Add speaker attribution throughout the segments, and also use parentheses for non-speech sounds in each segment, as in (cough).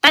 Speaker 1: 大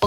Speaker 1: 我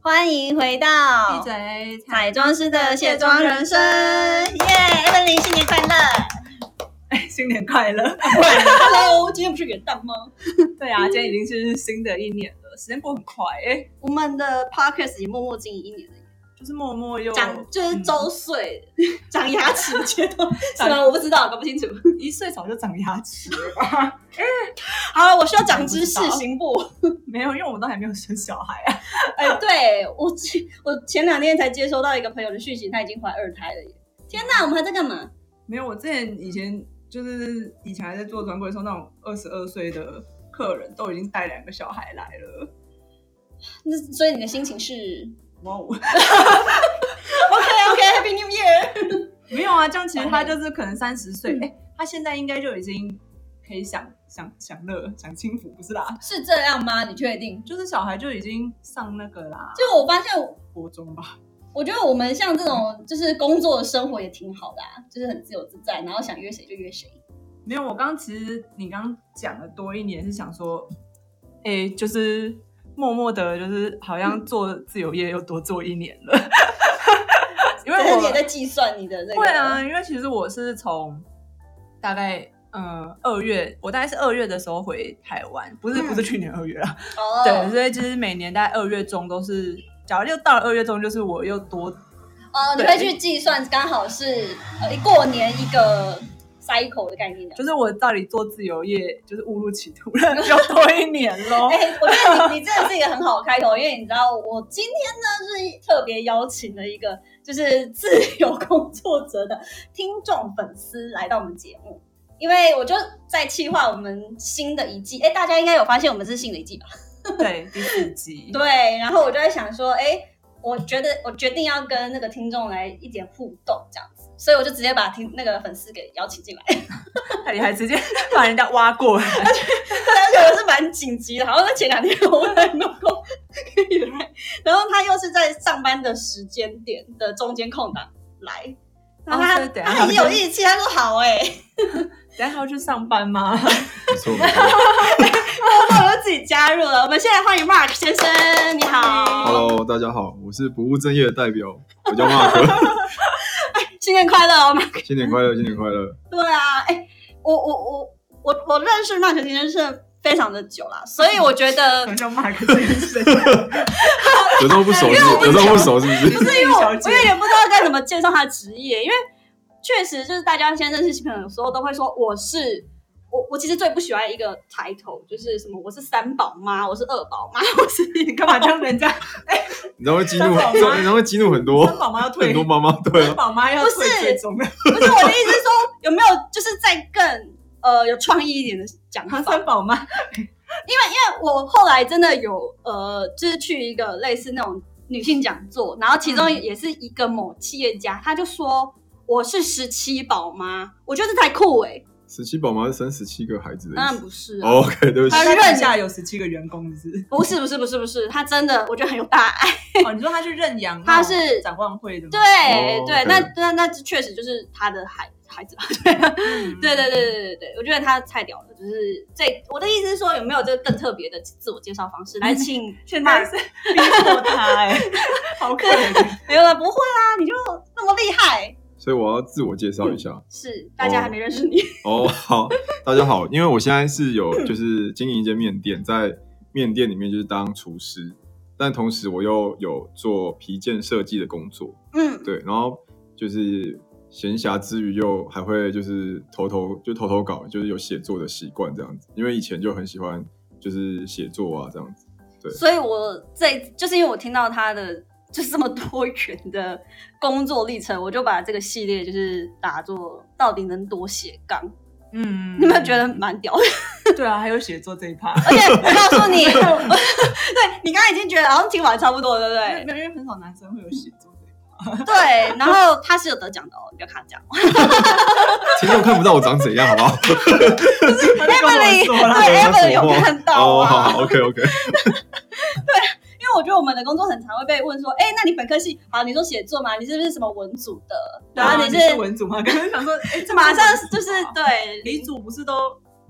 Speaker 1: 欢迎回到
Speaker 2: 嘴
Speaker 1: 彩妆师的卸妆人生，耶！艾文琳，新年快乐！
Speaker 2: 新年快乐！
Speaker 1: Hello，今天不是元旦吗？
Speaker 2: (laughs) 对啊，今天已经是新的一年了，时间过很快哎、
Speaker 1: 我们的 podcast 也默默经营一年了，
Speaker 2: 就是默默又嗯
Speaker 1: 长就是周岁、长牙齿，觉
Speaker 2: (laughs)
Speaker 1: 得什
Speaker 2: 长
Speaker 1: 么我不知道，搞不清楚。
Speaker 2: (laughs) 一岁早就长牙齿了吧？
Speaker 1: 好了，我需要长知识
Speaker 2: 我不知，道
Speaker 1: 行
Speaker 2: (laughs)
Speaker 1: 不？
Speaker 2: 没有，因为我们都还没有生小孩啊。
Speaker 1: 哎，对我前我前两天才接收到一个朋友的讯息，她已经怀二胎了耶！天哪，我们还在干嘛？
Speaker 2: 没有，我之前以前就是以前还在做专柜的时候，那种二十二岁的客人都已经带两个小孩来了。
Speaker 1: 那所以你的心情是
Speaker 2: (laughs) 哇哦，
Speaker 1: OK OK Happy New Year？
Speaker 2: (laughs)
Speaker 1: (laughs)
Speaker 2: 没有啊，这样其实他就是可能三十岁，哎、他现在应该就已经可以享享享乐、享清福，不是啦？
Speaker 1: 是这样吗？你确定？
Speaker 2: 就是小孩就已经上那个啦，
Speaker 1: 就我发现，
Speaker 2: 国中吧。
Speaker 1: 我觉得我们像这种就是工作的生活也挺好的、啊，就是很自由自在，然后想约谁就约谁。
Speaker 2: 没有，我刚刚其实你刚刚讲的多一年是想说，哎、就是默默的，就是好像做自由业又多做一年了， (laughs) 因
Speaker 1: 可
Speaker 2: 为
Speaker 1: 是
Speaker 2: 我
Speaker 1: 你也在计算你的这个。
Speaker 2: 会啊，，因为其实我是从大概嗯二月，我大概是二月的时候回台湾，不是、
Speaker 1: 嗯
Speaker 2: 不是去年二月啦，啊
Speaker 1: 哦，
Speaker 2: 对，所以就是每年大概二月中都是，假如又到了二月中，就是我又多
Speaker 1: 哦，你
Speaker 2: 对
Speaker 1: 会去计算，刚好是呃过年一个 cycle 的概念的。啊
Speaker 2: 就是我到底做自由业就是误入歧途了，又多一年喽
Speaker 1: (laughs) 哎、。我觉得你你真的是一个很好的开头，因为你知道我今天呢是特别邀请了一个就是自由工作者的听众粉丝来到我们节目，因为我就在企划我们新的一季，哎、大家应该有发现我们是新的一季吧？
Speaker 2: 对，第四集，
Speaker 1: 对，然后我就在想说，哎、我觉得我决定要跟那个听众来一点互动这样子，所以我就直接把听那个粉丝给邀请进来。
Speaker 2: 太厉害，直接把人家挖
Speaker 1: (laughs)
Speaker 2: 过来。
Speaker 1: 啊而且我是蛮紧急的，好像在前两天我才弄过可以来，然后他又是在上班的时间点的中间空档来，然后他、
Speaker 2: 哦所以等一下
Speaker 1: 他很有义气，他说好哎、欸，
Speaker 2: 等一下还要去上
Speaker 1: (laughs)
Speaker 2: 班吗？
Speaker 3: 没错，没错。
Speaker 1: 然后我就自己加入了。我们现在欢迎 Mark 先生，你好，
Speaker 3: (laughs) Hello，大家好，我是不务正业的代表，我叫 (laughs) Mark，
Speaker 1: 新年快乐哦，Mark。
Speaker 3: 新年快乐，新年快乐。
Speaker 1: 对啊，哎、我我我我我认识 Mark 先生非常的久了，所以我觉得
Speaker 2: 我叫马克先生，
Speaker 3: 有时候不熟是不是，有时候不熟是不
Speaker 2: 你
Speaker 3: 是？
Speaker 2: 是
Speaker 1: 因
Speaker 2: 玉
Speaker 1: 为我我
Speaker 2: (laughs) 小
Speaker 1: 有
Speaker 2: 姐。
Speaker 1: 点不知道该怎么介绍他的职业，因为确实就是大家现在认识新朋友的时候都会说我是我，我其实最不喜欢一个抬头，就是什么我是三宝妈，我是二宝妈， (laughs) 我是
Speaker 2: 你干嘛这样？人家
Speaker 3: 你知道会激怒，
Speaker 2: 真的吗
Speaker 3: 你知道会激怒很多
Speaker 2: 跟宝妈要
Speaker 3: 哦 (laughs) 很
Speaker 2: 退
Speaker 3: 多，妈妈，对
Speaker 2: 跟
Speaker 3: 啊，
Speaker 2: 宝妈要
Speaker 1: 不
Speaker 2: 退
Speaker 1: 是
Speaker 2: 最终的。
Speaker 1: 不是我的意思是说有没有就是再更呃有创意一点的讲法？
Speaker 2: 唐 (laughs) 三宝妈
Speaker 1: 我后来真的有呃，就是去一个类似那种女性讲座，然后其中
Speaker 2: 嗯
Speaker 1: 也是一个某企业家，他就说我是十七宝妈，我觉得这才酷哎、
Speaker 3: 十七宝妈是生十七个孩子的
Speaker 1: 当然
Speaker 3: 意思。
Speaker 1: 不是、啊。
Speaker 3: 哦 OK，对不起
Speaker 1: (laughs) 他，
Speaker 2: 他
Speaker 1: 认
Speaker 2: 认下有十七个员工，是不
Speaker 1: (laughs)
Speaker 2: 是？
Speaker 1: 不是不是不是不是，他真的我觉得很有大爱。
Speaker 2: 哦，你说他去认养，
Speaker 1: 他是
Speaker 2: 哦展望会的吗？
Speaker 1: 对、啊
Speaker 3: 哦
Speaker 1: 对，
Speaker 3: 对
Speaker 1: 那那那确实就是他的孩孩子吧。
Speaker 2: 嗯
Speaker 1: 对对对，对对对，我觉得他太屌了。就是这我的意思是说，有没有这个更特别的自我介绍方式来 (laughs) 请？
Speaker 2: 现嗯在是逼迫他哎，好可怜。
Speaker 1: 没有了，不会啊，你就那么厉害，
Speaker 3: 所以我要自我介绍一下。
Speaker 1: 是大家还没认识
Speaker 3: (laughs)
Speaker 1: 你。
Speaker 3: 哦，好，大家好，因为我现在是有就是经营一间面店，在面店里面就是当厨师，但同时我又有做皮件设计的工作。
Speaker 1: 嗯，
Speaker 3: 对，然后就是闲暇之余又还会就是投投就投投稿，就是有写作的习惯这样子，因为以前就很喜欢就是写作啊这样子。对
Speaker 1: 所以我这就是因为我听到他的就是这么多元的工作历程，我就把这个系列就是打作到底能多斜杠， (laughs)
Speaker 2: 嗯，
Speaker 1: 你有没有觉得蛮屌的？
Speaker 2: 对啊？还有写作这一趴，
Speaker 1: 而且我告诉你， (laughs) 对你刚刚已经觉得好像听法差不多了，对不对？
Speaker 2: 没有，因为很少男生会有写作这一趴。
Speaker 1: 对，然后他是有得奖的哦，你不要看他 (laughs) 讲。
Speaker 3: 听众看不到我长怎样，好不好？
Speaker 2: 他就跟我
Speaker 1: (laughs) Emily，
Speaker 2: 说啦
Speaker 1: 对
Speaker 3: 他啊说
Speaker 1: Emily 有看到
Speaker 3: 哦，好
Speaker 1: 啊，
Speaker 3: 好，OK OK，
Speaker 1: 因为我觉得我们的工作很常会被问说，哎，那你本科系好，你说写作嘛，你是不是什么文组的？然后
Speaker 2: 你
Speaker 1: 是
Speaker 2: 是文组吗？刚刚想说，哎，这
Speaker 1: 马上
Speaker 2: 文组
Speaker 1: 就是
Speaker 2: 吗
Speaker 1: 对，
Speaker 2: 理组不是都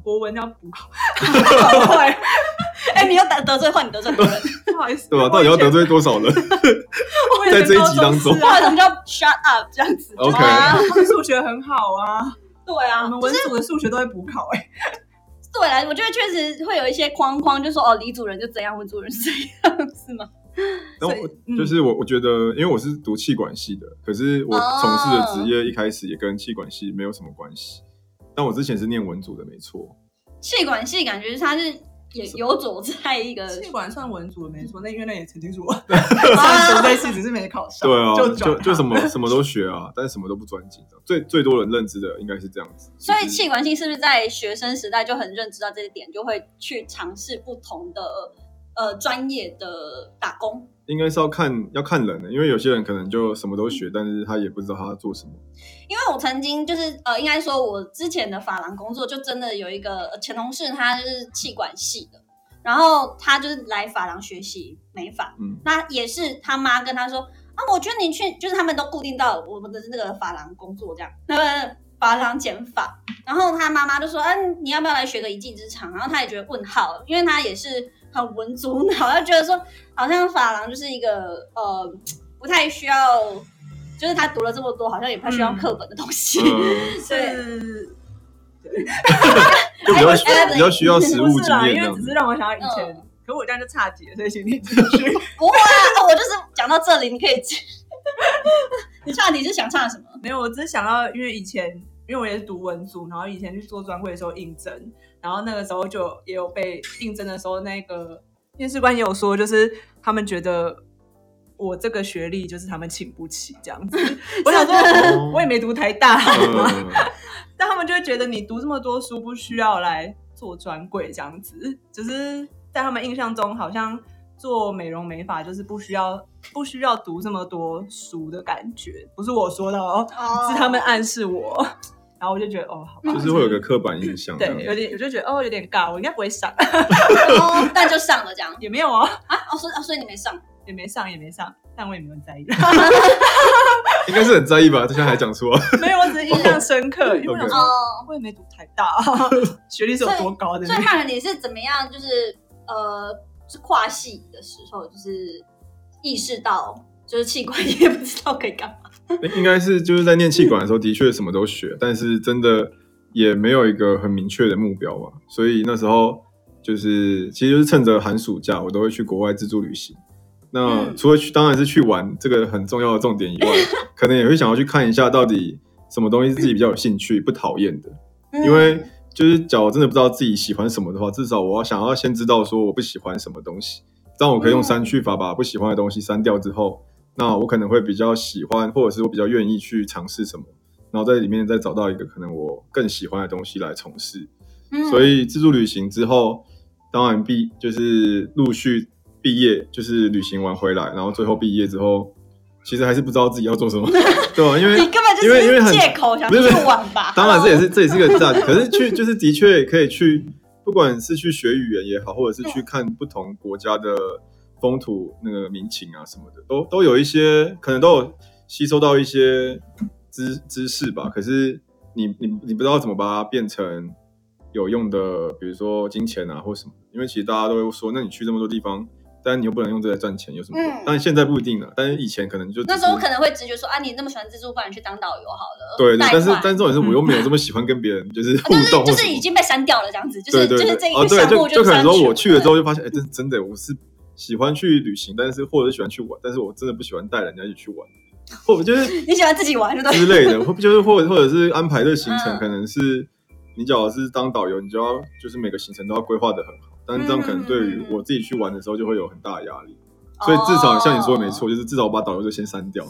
Speaker 2: 国文要补
Speaker 1: (laughs)
Speaker 2: 考？
Speaker 1: 对， (laughs) 哎，你又得得罪坏，你得罪很多 (laughs) 人。
Speaker 2: 不好意思，
Speaker 3: 对吧？
Speaker 2: 我
Speaker 3: 到底要
Speaker 2: 以前
Speaker 3: 得罪多少人？
Speaker 2: 我以前
Speaker 3: 在这一集
Speaker 2: 高中
Speaker 3: 当中
Speaker 2: 是
Speaker 1: 不
Speaker 2: 啊
Speaker 1: 然什么叫 shut up 这样子
Speaker 3: OK
Speaker 1: 就是
Speaker 2: 啊他们数学很好啊，
Speaker 1: 对
Speaker 2: 我
Speaker 1: 啊，
Speaker 2: 们文组的数学都会补考哎、
Speaker 1: 对啊啦，我觉得确实会有一些框框，就说哦，李主人就怎样，文主人是这样，是吗？
Speaker 3: 然后
Speaker 2: 所以
Speaker 3: 我就是我，我觉得，因为我是读气管系的，可是我从事的职业一开始也跟气管系没有什么关系。但我之前是念文组的，没错。
Speaker 1: 气管系感觉它是也游走在一个
Speaker 2: 气管呃算文组的没错，那因为那也曾经
Speaker 3: (laughs)
Speaker 2: 是我
Speaker 1: 啊
Speaker 2: 上读这系，只是没考上，
Speaker 3: 对啊，
Speaker 2: 就
Speaker 3: 就
Speaker 2: 转
Speaker 3: 就什
Speaker 2: (laughs)
Speaker 3: 么什么都学啊，但是什么都不专精。最最多人认知的应该是这样子。
Speaker 1: 所以
Speaker 3: 就是
Speaker 1: 气管系是不是在学生时代就很认知到这一点，就会去尝试不同的呃专业的打工？
Speaker 3: 应该是要看要看人的，因为有些人可能就什么都学，但是他也不知道他做什么。
Speaker 1: 因为我曾经就是呃，应该说我之前的发廊工作就真的有一个呃前同事，他就是气管系的，然后他就是来发廊学习美发，
Speaker 2: (laughs)
Speaker 3: 嗯，
Speaker 1: 那也是他妈跟他说啊，我觉得你去，就是他们都固定到我们的那个发廊工作这样，那个发廊剪发，然后他妈妈就说，嗯、你要不要来学个一技之长？然后他也觉得问号，因为他也是很文族脑，他觉得说好像发廊就是一个呃不太需要，就是他读了这么多，好像也不太需要课本的东西， (laughs)
Speaker 3: 呃，
Speaker 1: 对。
Speaker 2: 是。
Speaker 3: 就比较需
Speaker 1: 哎我
Speaker 3: 比较需要实务
Speaker 2: 不是
Speaker 3: 经
Speaker 2: 啦，
Speaker 3: 验
Speaker 2: 因为
Speaker 3: 这样
Speaker 2: 只
Speaker 3: 子
Speaker 2: 是。让我想到以前，嗯可我这样就差题了，所以请你继续。
Speaker 1: 不会啊，我就是讲到这里，你可以 (laughs) 讲，你唱你是想唱什么？
Speaker 2: (laughs) 没有，我只是想到，因为以前因为我也是读文组，然后以前去做专柜的时候应征，然后那个时候就也有被应征的时候，那个面试官也有说，就是他们觉得我这个学历就是他们请不起这样
Speaker 3: (laughs)
Speaker 2: 子。我想
Speaker 3: 哦
Speaker 2: 说，我也没读台大，
Speaker 3: 呃，
Speaker 2: 但他们就会觉得你读这么多书不需要来做专柜这样子，只是在他们印象中好像做美容美发就是不需要不需要读这么多书的感觉，不是我说的哦，
Speaker 1: 哦
Speaker 2: 是他们暗示我，然后我就觉得哦，好吧，
Speaker 3: 就是会有个刻板印象这
Speaker 2: 对
Speaker 3: 样子。，
Speaker 2: 有点我就觉得哦有点尬，我应该不会上，
Speaker 1: 哦， (laughs) 但就上了这样
Speaker 2: 也没有哦，
Speaker 1: 啊，哦，所以、哦、所以你没上。
Speaker 2: 也没上也没上，但我也没有在意， (laughs)
Speaker 3: 应该是很在意吧？他现在还讲出来，
Speaker 2: 没有，我只是印象深
Speaker 3: 呃
Speaker 2: 刻，因为我想说
Speaker 1: 哦，
Speaker 2: 我也没读台大、 (laughs) 学历是有多高的
Speaker 1: 所以看了你是怎么样，就是呃，是跨系的时候，就是意识到，就是器官 (laughs) 也不知道可以干嘛。
Speaker 3: 应该是就是在念气管的时候，的确什么都学，但是真的也没有一个很明确的目标吧。所以那时候就是，其实就是趁着寒暑假，我都会去国外自助旅行。那
Speaker 1: 嗯
Speaker 3: 除了去，当然是去玩这个很重要的重点以外，可能也会想要去看一下到底什么东西是自己比较有兴趣、不讨厌的。因为就是，假如我真的不知道自己喜欢什么的话，至少我要想要先知道说我不喜欢什么东西，这样我
Speaker 1: 嗯
Speaker 3: 可以用删去法把不喜欢的东西删掉之后，那我可能会比较喜欢，或者是我比较愿意去尝试什么，然后在里面再找到一个可能我更喜欢的东西来从事。
Speaker 1: 嗯
Speaker 3: 所以自助旅行之后，当然毕就是陆续毕业，就是旅行完回来，然后最后毕业之后，其实还是不知道自己要做什么， (laughs) 对啊吧、因为
Speaker 1: 你根本就
Speaker 3: 因为因为
Speaker 1: 是
Speaker 3: 很
Speaker 1: 借口想
Speaker 3: 不是不
Speaker 1: 去
Speaker 3: 是
Speaker 1: 玩
Speaker 3: (laughs)
Speaker 1: 吧？
Speaker 3: 当然，这也是这也是个价值。可是去就是的确可以去，不管是去学语言也好，或者是去看不同国家的风土那个民情啊什么的，都都有一些可能都有吸收到一些知知识吧。可是你你你不知道怎么把它变成有用的，比如说金钱啊或什么的。因为其实大家都会说，那你去这么多地方，但你又不能用这来赚钱，有什么用？
Speaker 1: 嗯
Speaker 3: 但现在不一定了，但是以前可能就只
Speaker 1: 那时候
Speaker 3: 是
Speaker 1: 可能会直觉说啊，你那么喜欢自助，不然你去当导游好了。
Speaker 3: 对，
Speaker 1: 贷
Speaker 3: 但
Speaker 1: 款
Speaker 3: 是但重点是我又没有这么喜欢跟别人就是互
Speaker 1: 啊
Speaker 3: 动或什么的，
Speaker 1: 就是就是已经被删掉了，这样子，就是
Speaker 3: 对对对，
Speaker 1: 就是这一
Speaker 3: 哦
Speaker 1: 个
Speaker 3: 对，
Speaker 1: 项目
Speaker 3: 就可能
Speaker 1: 删
Speaker 3: 说
Speaker 1: 除
Speaker 3: 我去了之后
Speaker 1: 对
Speaker 3: 就发现，哎，真真的我是喜欢去旅行，但是或者喜欢去玩，但是我真的不喜欢带人家一起去玩，或者就是
Speaker 1: 你喜欢自己玩，对不对？
Speaker 3: 之类的，或就是或者或者是安排这个行程，
Speaker 1: 嗯
Speaker 3: 可能是你只要是当导游，你就要就是每个行程都要规划的很好，但是这样可能对于
Speaker 1: 嗯哦
Speaker 3: 我自己去玩的时候就会有很大的压力。所以至少像你说的没错，就是至少我把导游就先删掉，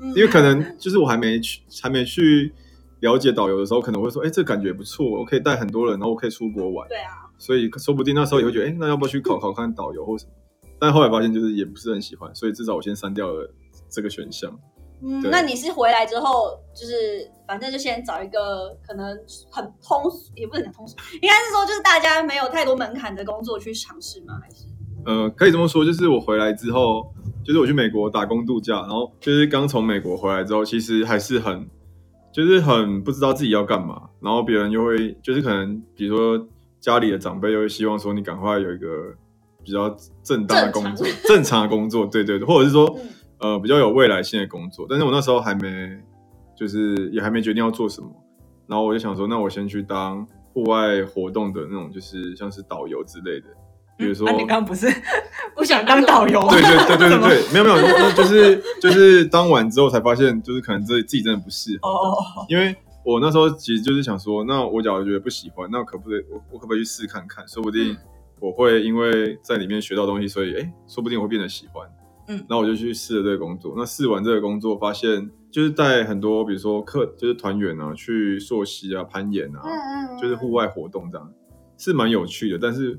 Speaker 1: 嗯
Speaker 3: 因为可能就是我还没去，还没去了解导游的时候，可能会说，哎、这感觉不错，我可以带很多人，然后我可以出国玩，
Speaker 1: 对啊，
Speaker 3: 所以说不定那时候也会觉得，哎、那要不要去考考看导游或什么？但后来发现就是也不是很喜欢，所以至少我先删掉了这个选项。
Speaker 1: 嗯，
Speaker 3: 对
Speaker 1: 那你是回来之后，就是反正就先找一个可能很通俗，也不能讲通俗，应该是说就是大家没有太多门槛的工作去尝试吗？还是
Speaker 3: 呃，可以这么说，就是我回来之后，就是我去美国打工度假，然后就是刚从美国回来之后，其实还是很，就是很不知道自己要干嘛，然后别人又会，就是可能比如说家里的长辈又会希望说你赶快有一个比较正当的工作，正常的工作，对对对，或者是说
Speaker 1: 嗯
Speaker 3: 呃比较有未来性的工作，但是我那时候还没，就是也还没决定要做什么，然后我就想说，那我先去当户外活动的那种，就是像是导游之类的。比如说，
Speaker 2: 啊，你刚
Speaker 1: (laughs)
Speaker 2: 刚不是不想当导游？
Speaker 3: 对对对
Speaker 2: (laughs)
Speaker 3: 对
Speaker 2: 怎么
Speaker 3: 对对，没有没有，那就是就是当晚之后才发现，就是可能这自己真的不适合，
Speaker 2: 哦哦哦，
Speaker 3: 因为我那时候其实就是想说，那我假如觉得不喜欢，那可不可以我我可不可以去试看看？说不定我会因为在里面学到东西，所以哎、诶说不定我会变得喜欢。
Speaker 2: 嗯
Speaker 3: 然后我就去试了这个工作。那试完这个工作，发现就是带很多，比如说客，就是团员啊，去溯溪啊、攀岩啊，
Speaker 1: 嗯
Speaker 3: 就是户外活动这样，是蛮有趣的。但是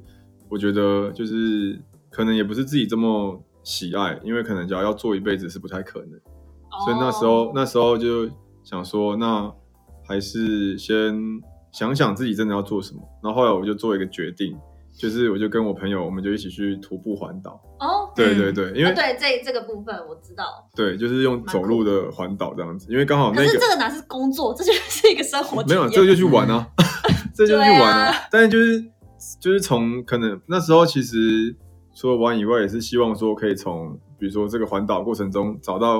Speaker 3: 我觉得就是可能也不是自己这么喜爱，因为可能只要要做一辈子是不太可能。所以那时
Speaker 1: 哦
Speaker 3: 候那时候就想说，那还是先想想自己真的要做什么。然后后来我就做一个决定，就是我就跟我朋友，我们就一起去徒步环岛。
Speaker 1: 哦，
Speaker 3: 对
Speaker 2: 嗯
Speaker 3: 对对，因为
Speaker 1: 哦对这这个部分我知道，
Speaker 3: 对就是用走路的环岛这样子，因为刚好
Speaker 1: 可
Speaker 3: 那
Speaker 1: 是
Speaker 3: 个
Speaker 1: 这个哪是工作，这就是一个生活体
Speaker 3: 没
Speaker 1: 验。
Speaker 3: 有，这就去玩啊， (laughs) 这就去玩啊。
Speaker 1: 对
Speaker 3: 但是就是就是从可能那时候其实除了玩以外，也是希望说可以从比如说这个环岛过程中找到，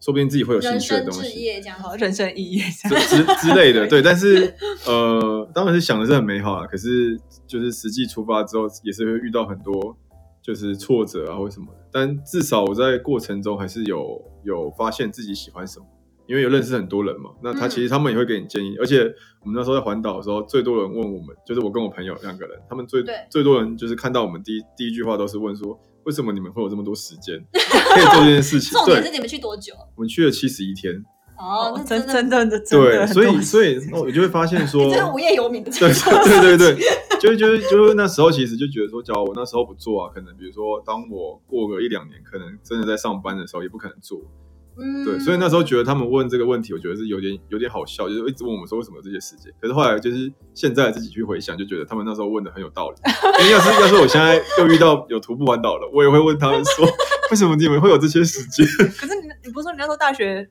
Speaker 3: 说不定自己会有兴
Speaker 1: 人
Speaker 3: 趣的
Speaker 1: 生
Speaker 3: 东
Speaker 1: 置
Speaker 3: 西
Speaker 1: 业这样
Speaker 2: 好
Speaker 1: 子。
Speaker 2: 哦人生意义这
Speaker 3: 之
Speaker 2: 样。
Speaker 3: (laughs) 之之类的。对，但是呃，当然是想的是很美好啊，可是就是实际出发之后，也是会遇到很多就是挫折啊或什么的。但至少我在过程中还是有有发现自己喜欢什么。因为有认识很多人嘛，那他
Speaker 1: 嗯
Speaker 3: 其实他们也会给你建议，而且我们那时候在环岛的时候，最多人问我们，就是我跟我朋友两个人，他们最
Speaker 1: 对
Speaker 3: 最多人就是看到我们第一第一句话都是问说，为什么你们会有这么多时
Speaker 1: (laughs)
Speaker 3: 间可以做这件事情？
Speaker 1: 重点是
Speaker 3: 对，
Speaker 1: 你们去多久？
Speaker 3: 我们去了七十一天，
Speaker 1: 哦，那
Speaker 2: 真
Speaker 1: 真的，
Speaker 2: 真的真的真的
Speaker 3: 对，
Speaker 2: 很
Speaker 3: 所以
Speaker 2: 多
Speaker 3: 所以那我就会发现说，
Speaker 1: 你真的
Speaker 3: (laughs)
Speaker 1: 无业游民的这
Speaker 3: 对
Speaker 1: 种。 (laughs)
Speaker 3: 对对对对，就是就是就是那时候其实就觉得说，假如我那时候不做啊，可能比如说当我过个一两年，可能真的在上班的时候也不可能做。
Speaker 1: 嗯
Speaker 3: 对，所以那时候觉得他们问这个问题，我觉得是有点有点好笑，就是一直问我们说为什么有这些事情。可是后来就是现在自己去回想，就觉得他们那时候问的很有
Speaker 2: (laughs)
Speaker 3: 道理。因为要是要是我现在又遇到有徒步环岛了，我也会问他们说，为什么你们会有这些时间？ (laughs)
Speaker 2: 可是你你不是说你那时候大学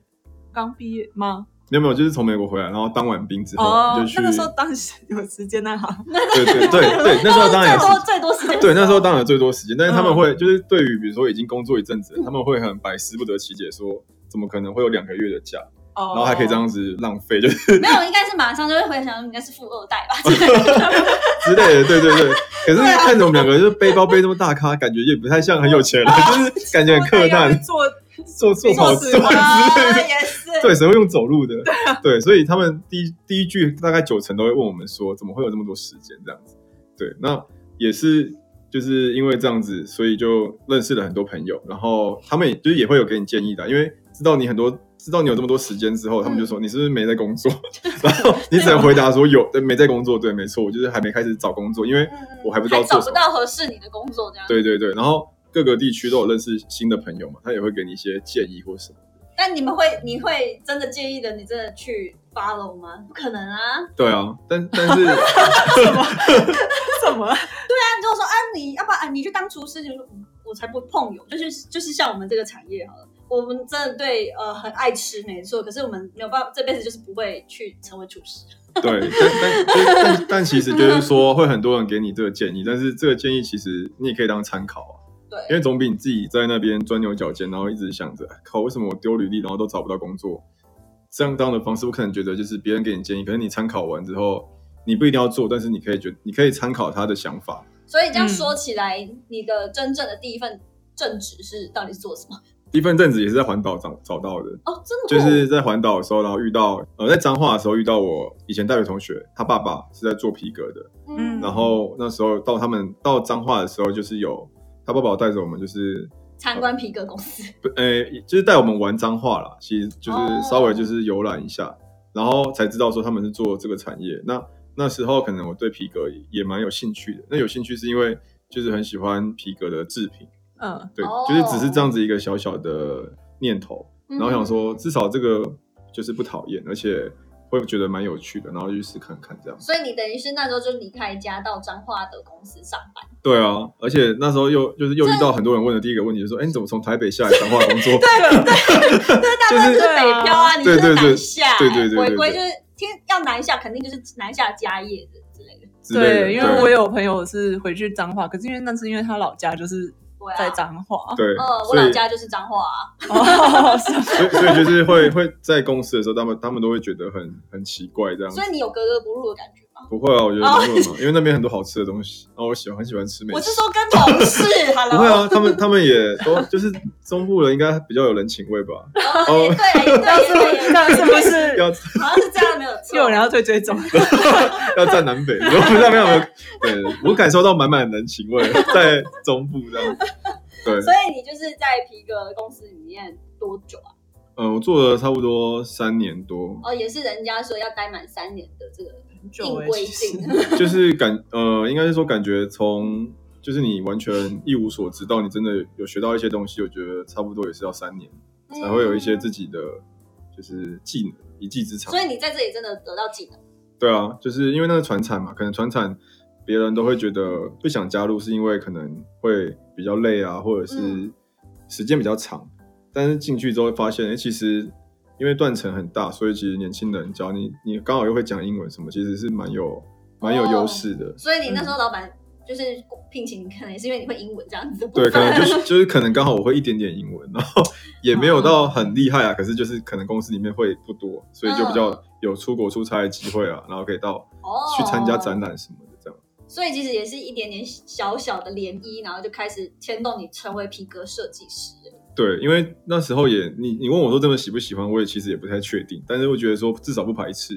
Speaker 2: 刚毕业吗？
Speaker 3: 没有没有，就是从美国回来，然后当完兵之后、
Speaker 2: 哦
Speaker 3: 就，去，
Speaker 2: 那个时候当时有时间啊那哈，
Speaker 3: 对
Speaker 2: (laughs)
Speaker 3: 对对对，那时候当然
Speaker 1: (laughs)
Speaker 3: 也是
Speaker 1: 最多最多时间。
Speaker 3: (laughs) 对，那时候当然有最多时间，但是他
Speaker 2: 嗯
Speaker 3: 们会、就是对于比如说已经工作一阵子了，他们会很百思不得其解说，怎么可能会有两个月的假，
Speaker 2: 哦，
Speaker 3: 然后还可以这样子浪费，就是 (laughs)
Speaker 1: 没有，应该是马上就会回想，应该是富二代吧？
Speaker 3: 之类的，对对对。可是
Speaker 2: 啊
Speaker 3: 看着我们两个就是背包背这么大咖，感觉也不太像很有钱人，就是感觉很
Speaker 2: 我
Speaker 3: 客
Speaker 2: 那个要
Speaker 3: 难
Speaker 2: 去，做
Speaker 3: 做做好
Speaker 2: 做
Speaker 3: 做
Speaker 2: 死亡
Speaker 3: 之类的。
Speaker 1: 哦也是。 (laughs)
Speaker 3: 对，谁会用走路的？对，所以他们第一第一句大概九成都会问我们说，怎么会有这么多时间这样子？对，那也是就是因为这样子，所以就认识了很多朋友，然后他们也就是也会有给你建议的，因为知道你很多。知道你有这么多时间之后，他们就说你是不是没在工作？ (laughs) 然后你只能回答说有，呃没在工作。对，没错，我就是还没开始找工作，因为
Speaker 1: 嗯
Speaker 3: 我还不知道
Speaker 1: 还找
Speaker 3: 做
Speaker 1: 不
Speaker 3: 什么。
Speaker 1: 到合适你的工作这样。
Speaker 3: 对对对，然后各个地区都有认识新的朋友嘛，他也会给你一些建议或什么。
Speaker 1: 但你们会，你会真的介意的？你真的去 follow 吗？不可能啊！
Speaker 3: 对啊，但但是
Speaker 2: 什
Speaker 1: (laughs) 嗯
Speaker 2: 么？
Speaker 1: 但如果说啊，你要不然、啊、你去当厨师，你说嗯我才不碰油，就是就是像我们这个产业好了，我们真的对呃很爱吃没错，可是我们没有办法，这辈子就是不会去成为厨师。
Speaker 3: (laughs) 对，但但就是但但其实就是说，会很多人给你这个建议，但是这个建议其实你也可以当参考啊，因
Speaker 1: 对，
Speaker 3: 为总比你自己在那边钻牛角尖，然后一直想着哎靠，为什么我丢履历然后都找不到工作，这样当的方式，我可能觉得就是别人给你建议，可是你参考完之后，你不一定要做，但是你可以觉你可以参考他的想法。
Speaker 1: 所以这样
Speaker 2: 嗯
Speaker 1: 说起来，你的真正的第一份正职是到底是做什么？
Speaker 3: 第一份正职也是在环岛找找到的，
Speaker 1: 哦，真的
Speaker 3: 就
Speaker 1: 哦
Speaker 3: 是在环岛的时候，然后遇到呃在彰化的时候遇到我以前大学同学，他爸爸是在做皮革的，
Speaker 1: 嗯
Speaker 3: 然后那时候到他们到彰化的时候，就是有他爸爸有带着我们，就是
Speaker 1: 参观皮革公司。
Speaker 3: 呃，就是带我们玩脏话啦，其实
Speaker 1: 哦
Speaker 3: 就是稍微就是游览一下，然后才知道说他们是做这个产业。那那时候可能我对皮革也蛮有兴趣的，那有兴趣是因为就是很喜欢皮革的制品，
Speaker 2: 嗯，
Speaker 3: 对，
Speaker 1: 哦嗯
Speaker 3: 就是只是这样子一个小小的念头，然后想说至少这个就是不讨厌，而且会觉得蛮有趣的，然后就去试看看这样
Speaker 1: 嗯，。所以你等于是那时候就离开家到彰化的公司上班，
Speaker 3: 对啊，而且那时候又就是又遇到很多人问的第一个问题，就是说，哎，你怎么从台北下来彰化
Speaker 1: (laughs)
Speaker 3: 工作？就
Speaker 1: 就是
Speaker 3: 是
Speaker 1: 北漂啊，你
Speaker 3: 对
Speaker 1: 是
Speaker 3: 对对
Speaker 1: 南下，
Speaker 3: 对对对对
Speaker 1: 回归就
Speaker 3: 对
Speaker 1: 是天要南下，肯定就是南下家业的之类的，
Speaker 3: 之类的
Speaker 2: 对，因为我有朋友是回去彰化，可是因为那是因为他老家就是
Speaker 1: 对啊，
Speaker 2: 在彰
Speaker 1: (laughs)
Speaker 2: 化，
Speaker 3: 对，
Speaker 1: 呃，我
Speaker 3: 所
Speaker 1: 老
Speaker 3: 以
Speaker 1: 家就是彰化啊，
Speaker 2: 哦，是吗
Speaker 3: 所以所以就是会会在公司的时候，他们他们都会觉得很很奇怪这样子
Speaker 1: 所。以你有格格不入的感觉吗？
Speaker 3: 不会啊，我觉得
Speaker 1: 哦
Speaker 3: 没有什么，因为那边很多好吃的东西，然后我喜欢很喜欢吃美
Speaker 1: 我
Speaker 3: 食
Speaker 1: 是。说跟同
Speaker 2: (laughs)
Speaker 1: 事
Speaker 3: (laughs) 不会
Speaker 1: ，Hello，
Speaker 3: 啊，他们他们也都就是中部人，应该比较有人情味吧？
Speaker 1: 哦
Speaker 3: 呃
Speaker 1: 也对也对也对，也
Speaker 2: 那是不是
Speaker 3: 要
Speaker 1: 对好像是这样没有错，
Speaker 2: 又有人要被追踪？
Speaker 3: 要站南北，我不知道有没有。对我感受到满满的人情味，在中部这样子。对，
Speaker 1: 所以你就是在皮革公司里面多久啊？
Speaker 3: 呃，我做了差不多三年多，
Speaker 1: 哦，也是人家说要待满三年的这个
Speaker 2: 很久
Speaker 1: 定
Speaker 2: 欸
Speaker 1: 规
Speaker 2: 其实
Speaker 1: 定，
Speaker 3: 就是感呃，应该是说感觉从就是你完全一无所知到你真的有学到一些东西，我觉得差不多也是要三年
Speaker 1: 嗯
Speaker 3: 才会有一些自己的就是技能一技之长
Speaker 1: 所。以你在这里真的得到技能，
Speaker 3: 对啊，就是因为那个传产嘛，可能传产别人都会觉得不想加入，是因为可能会比较累啊，或者是
Speaker 1: 嗯
Speaker 3: 时间比较长。但是进去之后发现，哎、其实因为断层很大，所以其实年轻人，只要你你刚好又会讲英文什么，其实是蛮有蛮
Speaker 1: 哦
Speaker 3: 有优势的。
Speaker 1: 所以你那时候老板就是聘请你，可能也是因为你会英文这样子的部
Speaker 3: (laughs) 对，
Speaker 1: 分。
Speaker 3: 可能就是就是可能刚好我会一点点英文，然后也没有
Speaker 1: 嗯
Speaker 3: 到很厉害啊，可是就是可能公司里面会不多，所以就比
Speaker 1: 嗯
Speaker 3: 较有出国出差的机会啊，然后可以到
Speaker 1: (laughs) 哦
Speaker 3: 去参加展，览什么的这样。
Speaker 1: 所以其实也是一点点小小的涟漪，然后就开始牵动你成为皮革设计师。
Speaker 3: 对，因为那时候也你你问我说真的喜不喜欢，我也其实也不太确定，但是我觉得说至少不排斥。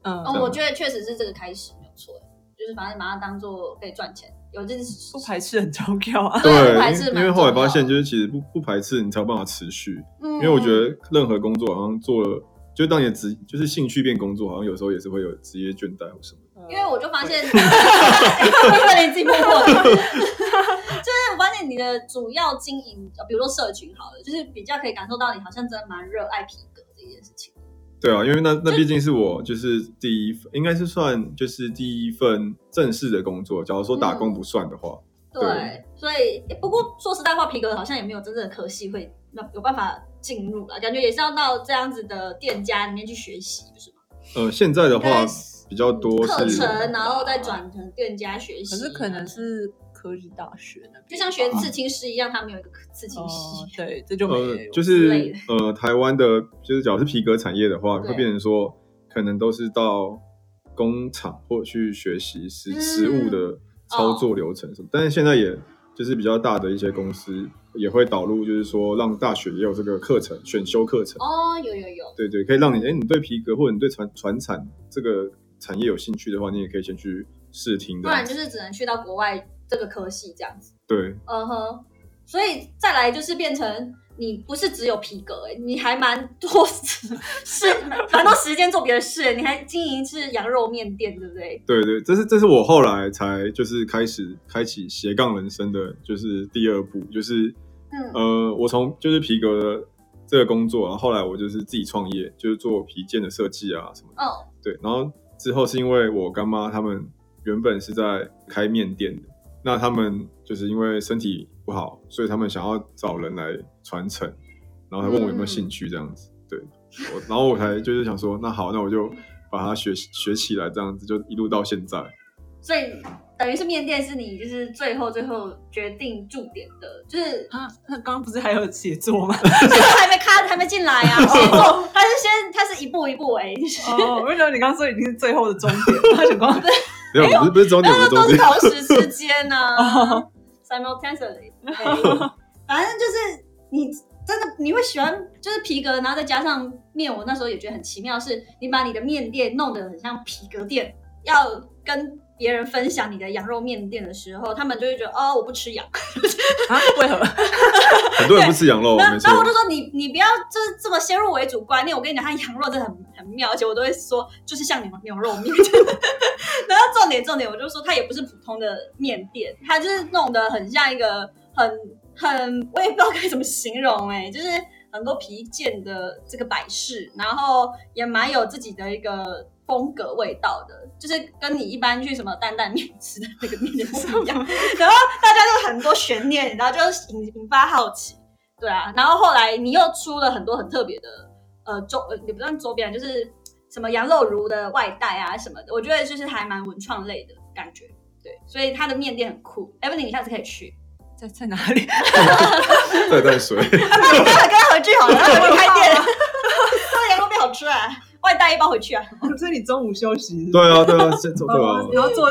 Speaker 2: 嗯，
Speaker 1: 哦，我觉得确实是这个开始没有错，就是反正把它当做可以赚钱，有这
Speaker 2: 不排斥很重要啊。
Speaker 1: 对
Speaker 3: 对，
Speaker 1: 不排斥
Speaker 3: 因
Speaker 1: 蛮
Speaker 3: 为因为后来发现
Speaker 1: 重
Speaker 3: 就是其实不不排斥，你才有办法持续。
Speaker 1: 嗯，
Speaker 3: 因为我觉得任何工作好像做了，就当你的职就是兴趣变工作，好像有时候也是会有职业倦怠或什么的。
Speaker 1: 因为我就发 (laughs) 现，因为你自己默默的，就是我发现你的主要经营，呃比如说社群好了，就是比较可以感受到你好像真的蛮热爱皮革这件事情。
Speaker 3: 对啊，因为那那毕竟是我就是第一，应该是算就是第一份正式的工作。假如说打
Speaker 1: 嗯
Speaker 3: 工不算的话，
Speaker 1: 对，
Speaker 3: 对
Speaker 1: 所以诶不过说实在话，皮革好像也没有真正的科系会那有办法进入了，感觉也是要到这样子的店家里面去学习，不是吗？
Speaker 3: 呃，现在的
Speaker 2: 应
Speaker 3: 话
Speaker 2: 该是
Speaker 3: 比较多
Speaker 1: 课
Speaker 3: 是，呃
Speaker 1: 程，啊然后再转成店家学习，
Speaker 2: 可是可能是科技大学那边吧，
Speaker 1: 就像学刺青师一样，他们有一个刺青
Speaker 2: 哦
Speaker 1: 师，，
Speaker 2: 对，这就没
Speaker 3: 呃，
Speaker 2: (laughs) 有，
Speaker 3: 就是
Speaker 1: 之类的
Speaker 3: 呃，台湾的，就是假如是皮革产业的话，
Speaker 1: 对
Speaker 3: 会变成说，可能都是到工厂或去学习实
Speaker 1: 嗯哦
Speaker 3: 实物的操作流程什么。但是现在也就是比较大的一些公司也会导入，就是说让大学也有这个课程，选修课程。
Speaker 1: 哦，有有有，
Speaker 3: 对对，可以让你，哎，你对皮革或者你对传传产这个产业有兴趣的话，你也可以先去试听
Speaker 1: 不
Speaker 3: 的。
Speaker 1: 然就是只能去到国外这个科系这样子。
Speaker 3: 对，
Speaker 1: 嗯哼，所以再来就是变成你不是只有皮革、欸，你还蛮多是 (laughs) 蛮多时间做别的事，欸你还经营是羊肉面店，对不对？
Speaker 3: 对对，这是这是我后来才就是开始开启斜杠人生的，就是第二步，就是
Speaker 1: 嗯
Speaker 3: 呃，我从就是皮革的这个工作，然后后来我就是自己创业，就是做皮件的设计啊什么的。
Speaker 1: 嗯，
Speaker 3: 对，然后之后是因为我干妈他们原本是在开面店的，那他们就是因为身体不好，所以他们想要找人来传承，然后他问我有没有兴
Speaker 1: 嗯
Speaker 3: 趣这样子。对，我然后我才就是想说，那好，那我就把它学学起来，这样子就一路到现在。
Speaker 1: 所以等于是面店是你就是最后最后决定驻点的，就是
Speaker 2: (laughs) 啊，那刚刚不是还有写作
Speaker 1: (laughs)
Speaker 2: 吗？
Speaker 1: 还没卡还没进来啊，写作他是先他是一步一步哎、就是
Speaker 2: 哦，我就觉得你刚刚说已经是最后的终点，他想光
Speaker 3: 没有，不是不是终点，不
Speaker 1: 哎那
Speaker 3: 是
Speaker 1: 都
Speaker 3: 终
Speaker 1: 是 (laughs)
Speaker 3: 点。
Speaker 1: 同时之间啊呢、
Speaker 2: (laughs)
Speaker 1: (laughs)
Speaker 2: 哦
Speaker 1: simultaneously，对反正就是你真的你会喜欢就是皮革，然后再加上面，我那时候也觉得很奇妙，是你把你的面店弄得很像皮革店，要跟别人分享你的羊肉面店的时候，他们就会觉得哦，我不吃羊。
Speaker 2: 啊？为何？
Speaker 3: 很多人不吃羊肉，
Speaker 1: 然后
Speaker 3: 没错
Speaker 1: 然后。我就说你你不要就是这么先入为主观念，我跟你讲，它羊肉真的很很妙，而且我都会说就是像牛牛肉面。 (laughs) 然后重点重点，我就说它也不是普通的面店，它就是弄得很像一个很很我也不知道该怎么形容哎、就是很多皮件的这个摆饰，然后也蛮有自己的一个。风格味道的，就是跟你一般去什么担担面吃的那个面店不一
Speaker 3: (laughs)
Speaker 1: 样，然后大家就很多悬念，然后就引引发好奇。对啊，然后后来你又出了很多很特别的呃周，呃也不算周边啊，就是什么羊肉炉的外带啊什么的，我觉得就是还蛮文创类的感觉。对，所以它的面店很酷。e v e 你下次可以 (laughs) 去。
Speaker 2: 在在哪里？
Speaker 3: 带淡水， (laughs)
Speaker 1: 啊，不然你待会跟他回去好了，他还没开店。 (laughs) 他的羊肉面好吃啊，外带一包回去啊。
Speaker 2: (laughs) 所以你中午休息？
Speaker 3: 对啊，对啊，这
Speaker 1: (laughs)
Speaker 3: 这对啊
Speaker 2: 哦，然后做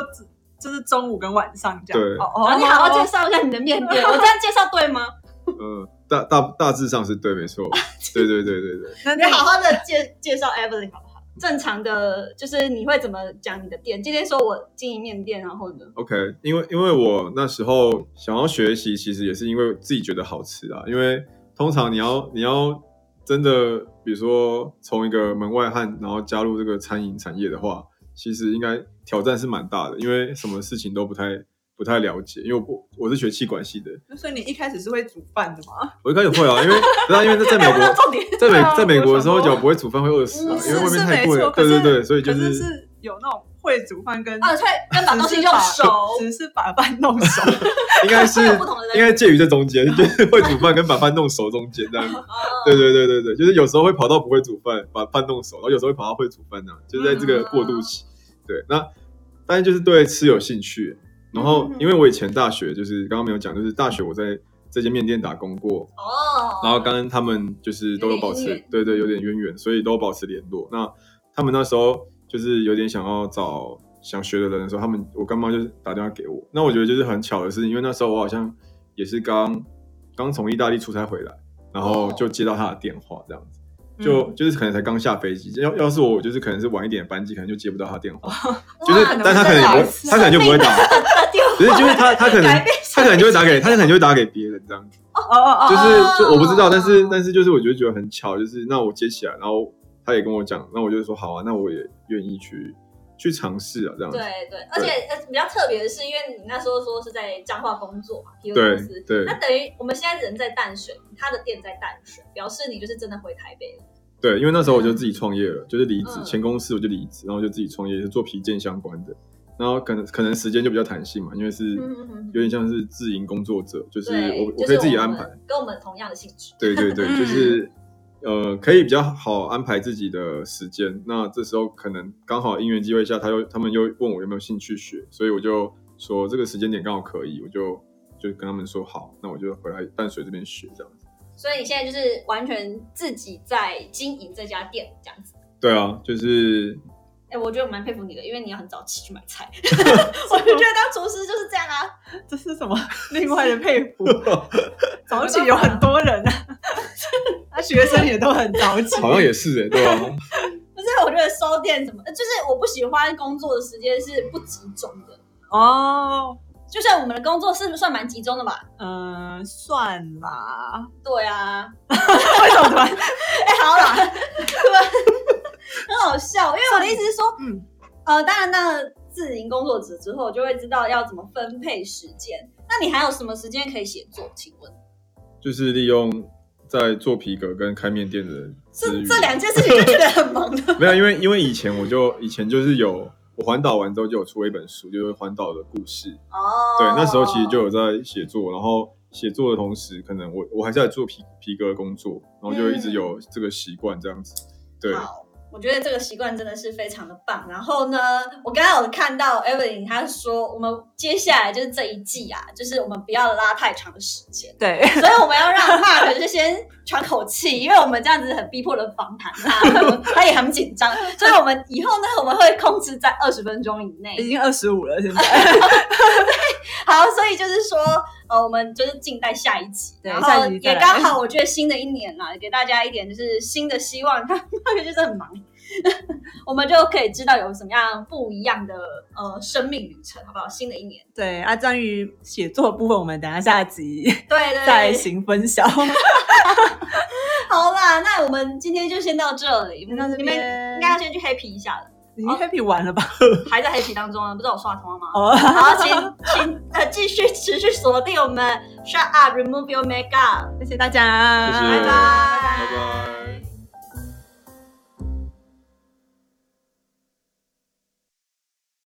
Speaker 2: 就是中午跟晚上这样。
Speaker 3: 对
Speaker 2: 哦
Speaker 1: 然
Speaker 2: 哦，
Speaker 1: 后你好啊好介
Speaker 2: 绍。
Speaker 1: 绍一下你的面店，我这样介绍对吗？
Speaker 3: 嗯，大大大致上是对，没错，
Speaker 2: 啊
Speaker 3: 对对对对对，
Speaker 1: (laughs)
Speaker 2: 那
Speaker 1: 你
Speaker 2: 那
Speaker 1: 好好的介介绍 Evelyn 好不好？正常的，就是你会怎么讲你的店？今天说我经营面店，然后呢？
Speaker 3: OK，因为因为我那时候想要学习，其实也是因为自己觉得好吃啊。因为通常你要你要真的，比如说从一个门外汉，然后加入这个餐饮产业的话，其实应该挑战是蛮大的，因为什么事情都不太不太了解。因为我不我是学气管系的，
Speaker 2: 所以你一开始是会煮饭的吗？
Speaker 3: 我一开始会啊，因为不是啊因为在在
Speaker 2: (laughs)
Speaker 3: 美
Speaker 1: 问到
Speaker 3: 国，
Speaker 1: 重 (laughs) 点。
Speaker 3: 在
Speaker 2: 对啊
Speaker 3: 美在美国的时候，
Speaker 2: 我想说
Speaker 3: 脚不会煮饭会饿死啊，
Speaker 1: 嗯
Speaker 3: 因为外
Speaker 2: 是
Speaker 3: 面
Speaker 2: 是
Speaker 3: 太
Speaker 2: 没
Speaker 3: 贵了
Speaker 2: 错，。可
Speaker 3: 对对
Speaker 2: 是
Speaker 3: 对，所以就
Speaker 2: 可是
Speaker 3: 是
Speaker 2: 是有那种会煮饭跟
Speaker 1: 啊，所以 (laughs) 跟把东
Speaker 2: 只
Speaker 1: 西
Speaker 2: 是
Speaker 1: 用
Speaker 2: 把
Speaker 1: 手，
Speaker 2: (laughs) 只是把饭弄熟。
Speaker 3: 应该是
Speaker 1: 会有不同的人
Speaker 3: 应该介于这
Speaker 1: (laughs)
Speaker 3: 中间，就是会煮饭跟把饭弄熟中间这样子。
Speaker 1: 哦
Speaker 3: 对对对对对，就是有时候会跑到不会煮饭，把饭弄熟，然后有时候会跑到会煮饭呢、就是在这个过渡期。对，那当然就是对吃有兴趣。然后
Speaker 1: 嗯，
Speaker 3: 因为我以前大学就是刚刚没有讲，就是大学我在这间面店打工过，
Speaker 1: 哦，
Speaker 3: 然后刚刚他们就是都有保持
Speaker 1: 有点渊源，
Speaker 3: 对对，有点渊源，所以都有保持联络。那他们那时候就是有点想要找想学的人的时候，他们我干妈就是打电话给我。那我觉得就是很巧的事情，因为那时候我好像也是刚刚从意大利出差回来，然
Speaker 1: 哦
Speaker 3: 后
Speaker 1: 嗯
Speaker 3: 就接到他的电话，这样子。 (laughs) 就、
Speaker 2: 嗯
Speaker 3: 就是可能才刚下飞机，要要是我，我就是可能是晚一点的班机，可能就接不到他电话，就是
Speaker 1: 哇，
Speaker 3: 但他可能也不
Speaker 1: 真的
Speaker 3: 会
Speaker 1: 好，
Speaker 3: 他可能就不会打，只是就是他他可能
Speaker 1: 改变
Speaker 3: 他可能就会打给他可能就会打给别人这样子。
Speaker 2: 哦哦
Speaker 3: 就
Speaker 1: 哦
Speaker 2: 哦，
Speaker 3: 是就我不知道，但是但是就是我就觉得很巧，就是那我接起来，然后他也跟我讲，那我就说好啊，那我也愿意去去尝试啊，这样子。
Speaker 1: 对对，而且呃比较特别的是，因为你那时候说是在彰化工作嘛，皮尤公司
Speaker 3: 对，对
Speaker 1: 那等于我们现在人在淡水，他的店在淡水，表示你就是真的回台北了。
Speaker 3: 对，因为那时候我就自己创业了，就是离职
Speaker 1: 嗯
Speaker 3: 前公司我就离职，然后就自己创业，就做皮件相关的，然后可能可能时间就比较弹性嘛，因为是
Speaker 1: 嗯嗯嗯
Speaker 3: 有点像是自营工作者，就是
Speaker 1: 对，
Speaker 3: 我
Speaker 1: 就是
Speaker 3: 我可以自己
Speaker 1: 我
Speaker 3: 安
Speaker 1: 们
Speaker 3: 排。
Speaker 1: 跟我们同样的性质。
Speaker 3: 对对对，
Speaker 1: 嗯
Speaker 3: 就是呃，可以比较好安排自己的时间。那这时候可能刚好因缘机会下，他又他们又问我有没有兴趣学，所以我就说这个时间点刚好可以，我就就跟他们说好，那我就回来淡水这边学这样子。
Speaker 1: 所以你现在就是完全自己在经营这家店这样子。
Speaker 3: 对啊，就是
Speaker 1: 哎，我觉得我蛮佩服你的，因为你要很早起去买菜。 (laughs)
Speaker 2: 哦
Speaker 1: 我就觉得当厨师就是这样啊，
Speaker 2: 这是
Speaker 3: (laughs)
Speaker 2: 什么另外的佩服？早起有很多人啊， (laughs) 那学生也都很早起，
Speaker 3: 好像也是哎、对吧、
Speaker 1: 不是？我觉得收店什么，呃就是我不喜欢工作的时间是不集中的。
Speaker 2: 哦。
Speaker 1: 就像我们的工作是算蛮集中的吧？
Speaker 2: 嗯，算啦。
Speaker 1: 对 (laughs) 啊，
Speaker 2: 为什么突
Speaker 1: (laughs)
Speaker 2: 然？
Speaker 1: 哎、好啦， (laughs) 很好笑。因为我的意思是说，
Speaker 2: 嗯，
Speaker 1: 呃，当然，当然，自营工作者之后就会知道要怎么分配时间。那你还有什么时间可以写作？请问
Speaker 3: 就是利用在做皮革跟开面店的
Speaker 1: 这
Speaker 3: 资源
Speaker 1: 这两件事情就觉得很忙的。
Speaker 3: 没有，因为因为以前我就以前就是有我环岛完之后就有出了一本书，就是环岛的故事。
Speaker 1: (laughs) 哦
Speaker 3: 对，那时候其实就有在写作，然后写作的同时，可能我我还是在做皮皮革工作，然后就一直有这个习惯这样子。对，
Speaker 1: 嗯好，我觉得这个习惯真的是非常的棒。然后呢，我刚刚有看到 Evelyn 她说，我们接下来就是这一季啊，就是我们不要拉太长的时间。
Speaker 2: 对，
Speaker 1: 所以我们要让 Mark 就先喘口气，因为我们这样子很逼迫的访谈他，他也很紧张，所以我们以后呢，我们会控制在二十分钟以内
Speaker 2: 已。经二十五了，现在。
Speaker 1: (laughs) 好，所以就是说，呃，我们就是静待下一集，
Speaker 2: 对
Speaker 1: 然
Speaker 2: 下
Speaker 1: 后
Speaker 2: 一集再
Speaker 1: 也
Speaker 2: 来
Speaker 1: (laughs) 刚好，我觉得新的一年啦，给大家一点就是新的希望。他 Mark 就是很忙， (laughs) 我们就可以知道有什么样不一样的呃生命旅程，好不好？新的一年，
Speaker 2: 对啊，关于写作的部分，我们等一下下集
Speaker 1: 对对对，
Speaker 2: 再行分享。
Speaker 1: 好啦，那我们今天就先到这里，
Speaker 2: 先到这
Speaker 1: 你们
Speaker 2: 边
Speaker 1: 应该要先去 happy 一下了，
Speaker 2: 已经 happy 完了吧？
Speaker 1: 还在 happy 当中啊，不是有刷通吗？
Speaker 2: 哦，
Speaker 1: 好，请请呃继续持续
Speaker 2: 嗯
Speaker 1: 锁定我们 Shut Up Remove Your Makeup，
Speaker 2: 谢谢大家，
Speaker 3: 谢谢
Speaker 1: 拜
Speaker 3: 拜
Speaker 1: 拜
Speaker 3: 拜。